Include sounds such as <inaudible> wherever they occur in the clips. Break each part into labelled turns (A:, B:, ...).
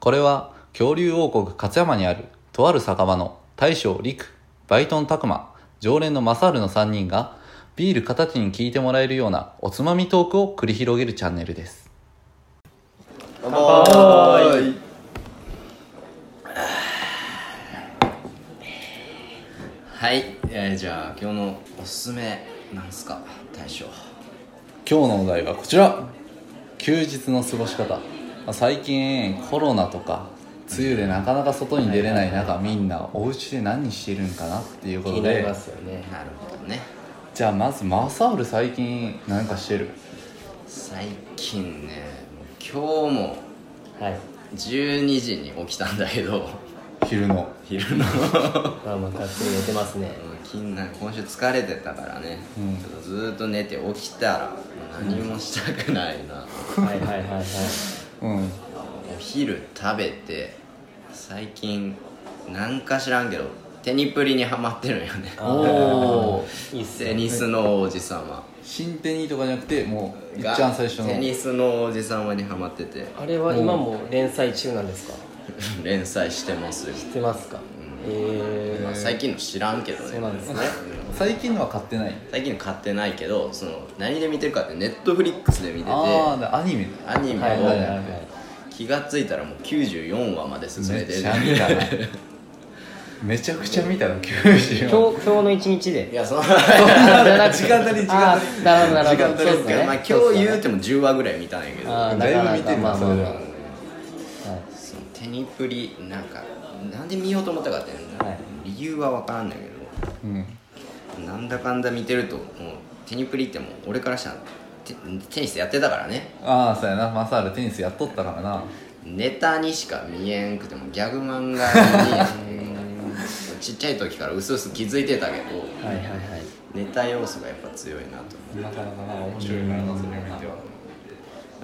A: これは恐竜王国勝山にあるとある酒場の大将陸、バイトン拓馬、常連のマサールの3人がビール片手に聞いてもらえるようなおつまみトークを繰り広げるチャンネルです。
B: 乾杯
C: はい、えー、じゃあ今日のおすすめなんすか大将
A: 今日のお題はこちら休日の過ごし方まあ最近コロナとか梅雨でなかなか外に出れない中みんなお家で何してるんかなっていうことで
C: よねなるほどね
A: じゃあまずマサール最近何かしてる
C: 最近ねもう今日も
B: はい
C: 12時に起きたんだけど <laughs>
A: 昼の
C: 昼の
B: まあまあがっつり寝てますね
C: 近なんか今週疲れてたからね、
A: うん
C: ちょっとずーっと寝て起きたら何もしたくないな、
B: はいはいはいはい
A: うん
C: お昼食べて最近なんか知らんけどテニプリにハマってるんよね
B: お
C: <laughs>
B: ーいいっす
C: テ
B: ね
C: ニスの王子様
A: 新手にとかじゃなくてもういっち
C: が
A: ゃん最初の
C: テニスの王子様にハマって
B: <laughs>
C: て
B: あれは今も連載中なんですか
C: 連載してますよ、
B: してますかえ
C: まあ、最近の知らんけどね
B: そうなんですね
A: 最近のは買ってない
C: 最近の買ってないけどその何で見てるかってネットフリックスで見てて
A: ああでアニメ
C: アニ
B: ー
C: メ
B: はいはい
C: を
B: はいはい
C: 気がついたらもう94話まで進
A: め
C: め
A: ってち
C: る
A: ゃ見た
C: <laughs>
A: なめちゃくちゃ見たな90
B: 今日今日の一日
C: い
B: で
C: やその
B: あ
A: 時間足り時間
B: あ
A: 足り
B: ーなるほどなるほど
A: 時間足り
B: そうですね
C: <laughs> まあ、今
B: そう
C: 日
B: っすね
C: 言うても10話ぐらい見たんやけど
B: あーなかなか
A: だいぶ見てるな
B: まあまあ
A: そ
B: まあはい
C: そのテニプリなんかなんで見ようと思ったかって、
B: はい
C: 理由は分からんだけ
A: うん
C: どなんだかんだ見てるともうテニプリってもう俺からしたらテテニスやってたからね
A: ああそうやなマサールテニスやっとったからな
C: ネタにしか見えんくてもギャグ漫画に
B: <laughs>
C: ちっちゃい時からうすうす気づいてたけど
B: はいはいはい
C: ネタ要素がやっぱ強い
A: な
C: なと
A: かなかな面白いからなそれ見ては
C: まあ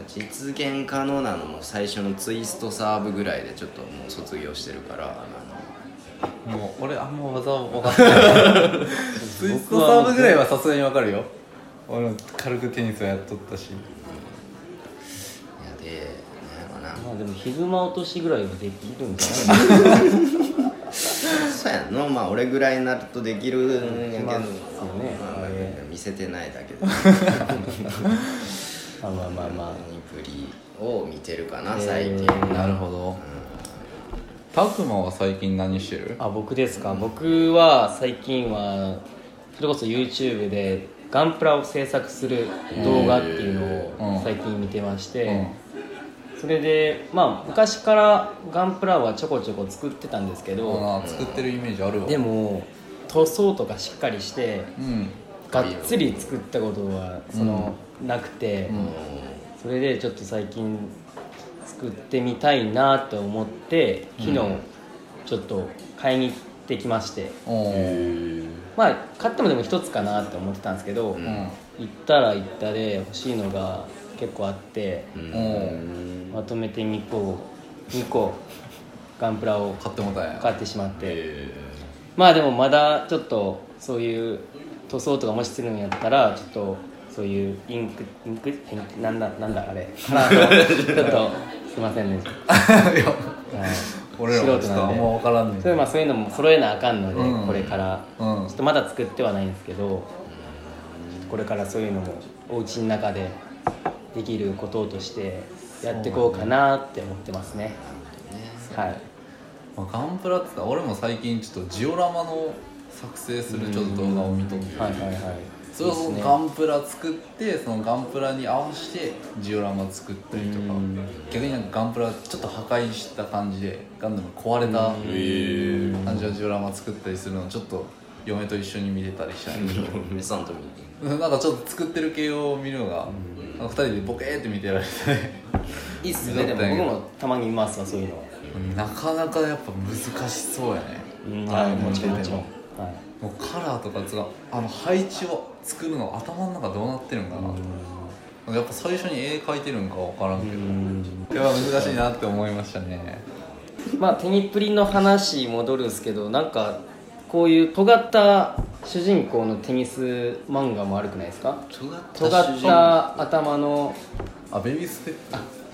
C: 実現可能なのも最初のツイストサーブぐらいでちょっともう卒業してるからあ
A: もう俺あんま技を分かってないツイ <laughs> ストサーブぐらいはさすがに分かるよ俺も軽くテニスはやっとったし
C: のいやでなんやろ
B: まあでもヒグマ落としぐらいはできるんじゃ
C: なそうやんのまあ俺ぐらいになるとできるんやけど、ま
B: ま
C: あ
B: あそうね
C: まあ見せてないだけで
B: ないまあまあまあまあ
C: ニプリを見てるかな
B: えー
C: 最近、
A: なるほどたくまは最近何してる
B: あ僕ですか、僕は最近はそれこそ YouTube でガンプラを制作する動画っていう
A: う
B: のを
A: ん
B: 最近見てまして、
A: うん
B: それでまあ昔からガンプラはちょこちょこ作ってたんですけど、
A: あー作ってるイメージあるわ
B: でも塗装とかしっかりして
A: うん
B: がっつり作ったことはその、なくて、それでちょっと最近作ってみたいなと思って昨日ちょっと買いに行ってきまして。
A: おー
B: まあ買ってもでも一つかなって思ってたんですけど、
C: ん
A: うん
B: 行ったら行ったで欲しいのが結構あって、
C: うん
A: うん
B: まとめて2個2個ガンプラを
A: 買ってもたん
B: 買
A: や
B: ってしまって
C: え
B: まあでもまだちょっとそういう塗装とかもしするんやったらちょっとそういうインクインクペンキなんだなんだあれカ
A: <laughs>
B: ラーのちょっとすいませんね、
A: いや
B: はい
A: 俺らもち
B: 素
A: ょっ
B: 人
A: と
B: な
A: あ
B: ん
A: ん
B: で
A: ま分からんねん
B: それまあそういうのも揃えなあかんので、
A: うん
B: これから、
A: うん
B: ちょっとまだ作ってはないんですけど、ちょっとこれからそういうのもお家の中でできることとしてやっていこうかなって思ってますねはい
A: まあガンプラってさ俺も最近ちょっとジオラマの作成するちょっと動画を見とって
B: はいはいはい
A: それを
B: いいっすね
A: ガンプラ作ってそのガンプラに合わせてジオラマ作ったりとか
B: うん
A: 逆になんかガンプラちょっと破壊した感じでガンダム壊れた感じのジオラマ作ったりするのをちょっと嫁と一緒に見てたりしたい
C: ー、メサントミーティング
A: なんかちょっと作ってる系を見るのがなんか二人でボケーって見てられて
B: いいっすねでも僕もたまに見ますわそういうのは
A: なかなかやっぱ難しそうやねああ
B: はい
A: いうの
B: も
A: 見
B: ち
A: て
B: ろ
A: て
B: ん
A: も
B: もちろんはい
A: もうカラーとかつがあの配置を作るの頭の中どうなってるんかなやっぱ最初に絵描いてるんか分からんけどいや難しいなって思いましたね
B: まあテニプリの話戻るんですけどなんかこういう尖った主人公のテニス漫画も悪くないですか
C: 尖った
B: 尖った頭の
A: あベビーステップ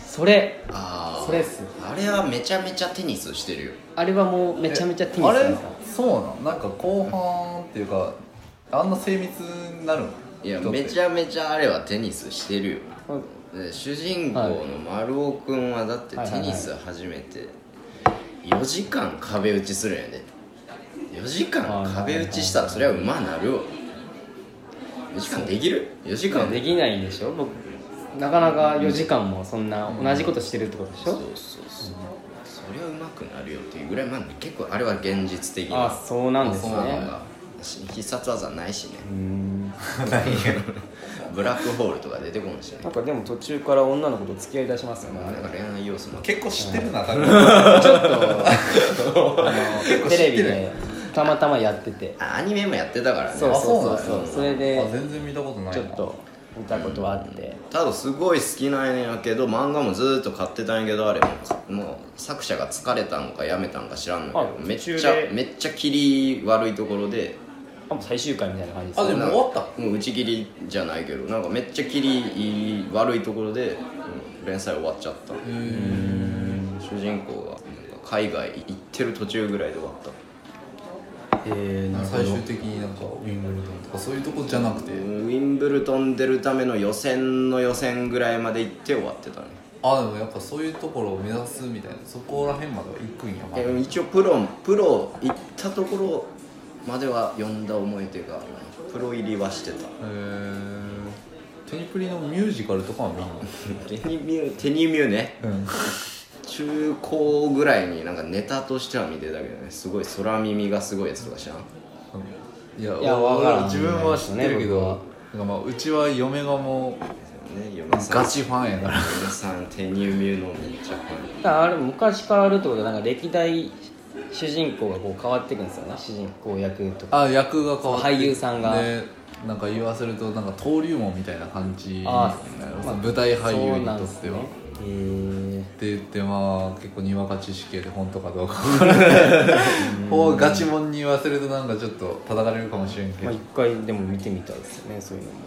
B: それ
C: あ
B: それっす
C: あれはめちゃめちゃテニスしてるよ
B: あれはもうめちゃめちゃテニス
A: あ
B: なんで
A: れ
B: すか
A: そうなんなんか後半っていうかあんな精密になるの
C: いや
A: 人って
C: めちゃめちゃあれはテニスしてるよ
B: うん
C: で主人公の丸尾君はだって
B: はい
C: テニス初めて4時間壁打ちするんやで4時間壁打ちしたらそりゃ馬なるわ4時間できる ?4 時間
B: で
C: でき
B: きないでしょ僕なかなか4時間もそんな同じことしてるってことでしょ、
C: そうそうそうそりゃうまくなるよっていうぐらいまあ結構あれは現実的
B: あ
C: な
B: そうなんですね
C: そうなんだし必殺技ないしね
B: うーん
C: <laughs> ブラックホールとか出てこないしね
B: なんかでも途中から女の子と付き合い出しますよね
C: まあなんか恋愛要素も
A: 結構知ってるな多分
B: テレビでたまたまやってて
C: あアニメもやってたからね
B: そうそうそう
A: あそう
B: そ
A: なん
B: う
A: や
B: それで
A: あ全然見たことないな
B: ちょっと見たことはあって
C: ただすごい好きなんやけど漫画もずーっと買ってたんやけどあれももう作者が疲れたんかやめたんか知らんの
B: あ
C: けどめっ
B: 途
C: ちゃ
B: 中で
C: めっちゃ切り悪いところで
B: あもう最終回みたいな感じです
A: あでも
C: なんか
A: 終わっ
C: もう打ち切りじゃないけどなんかめっちゃ切り悪いところで、うん連載終わっちゃった主人公がなんか海外行ってる途中ぐらいで終わった
B: えなるほ
A: 最
B: ど
A: 終的になんかウィンブルドンとかそういうとこじゃなくて
C: ウィンブルトン出るための予選の予選ぐらいまで行って終わってたね
A: あでもやっぱそういうところを目指すみたいなそこら辺までは行くんやまだ
C: でも一応プロプロ行ったところまでは読んだ思い出があるねプロ入りはしてた
A: へーテニプリのミュージカルとかは見んの
C: テニミューテニミューね中高ぐらいになんかネタとしては見てたけどねすごい空耳がすごいやつとか知らん
A: いや
B: いやわからん
A: 自分は知ってるけ
B: 僕は
A: ど、なんかまあうちは嫁がもう
C: ね嫁さん
A: ガチファンやから
C: 嫁さんテニミューのめっちゃフ
B: だからあれ昔からあるってことはなんか歴代主人公がこう変わっていくんですよね主人公役と
A: <laughs>
B: か
A: あ役が変わって
B: 俳優さんが
A: でなんか言わせるとなんか登竜門みたいな感じ
B: あ
A: なんか
B: まあ
A: 舞台俳優
B: そう
A: に
B: なん
A: と
B: で
A: っ
B: す
A: ては、
B: ねへー
A: って言ってまあ結構にわか知識やで本とかどうか分からない <laughs> こうガチモンに言わせるとなんかちょっと叩かれるかもしれんけ
B: ま
A: ど
B: あ、一回でも見てみたいですよねそういうのも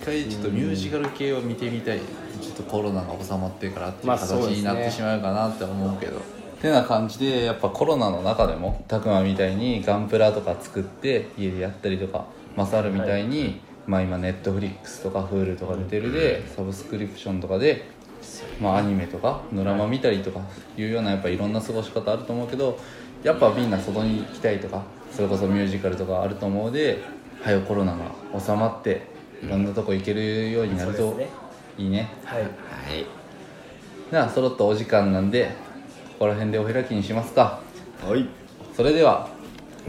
A: 一回ちょっとミュージカル系を見てみたいちょっとコロナが収まってからっていう
B: まあ
A: 形
B: そうですね
A: になってしまうかなって思うけど、てな感じでやっぱコロナの中でもたくまみたいにガンプラとか作って家でやったりとかマサルみたいに、まあ今ネットフリックスとか Hulu とか出てるでサブスクリプションとかで、まあ、アニメとかドラマ見たりとかいうようなやっぱいろんな過ごし方あると思うけどやっぱみんな外に行きたいとかそれこそミュージカルとかあると思うで早くコロナが収まっていろんなとこ行けるようになる
B: そう
A: と
B: ですね
A: いいね。
B: は
C: ァ
B: い
C: ンはい
A: ではそろっとお時間なんでここら辺でお開きにしますか
C: はい
A: それでは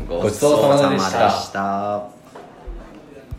C: ご
A: ちそうさまでした
C: ごちそうさまでした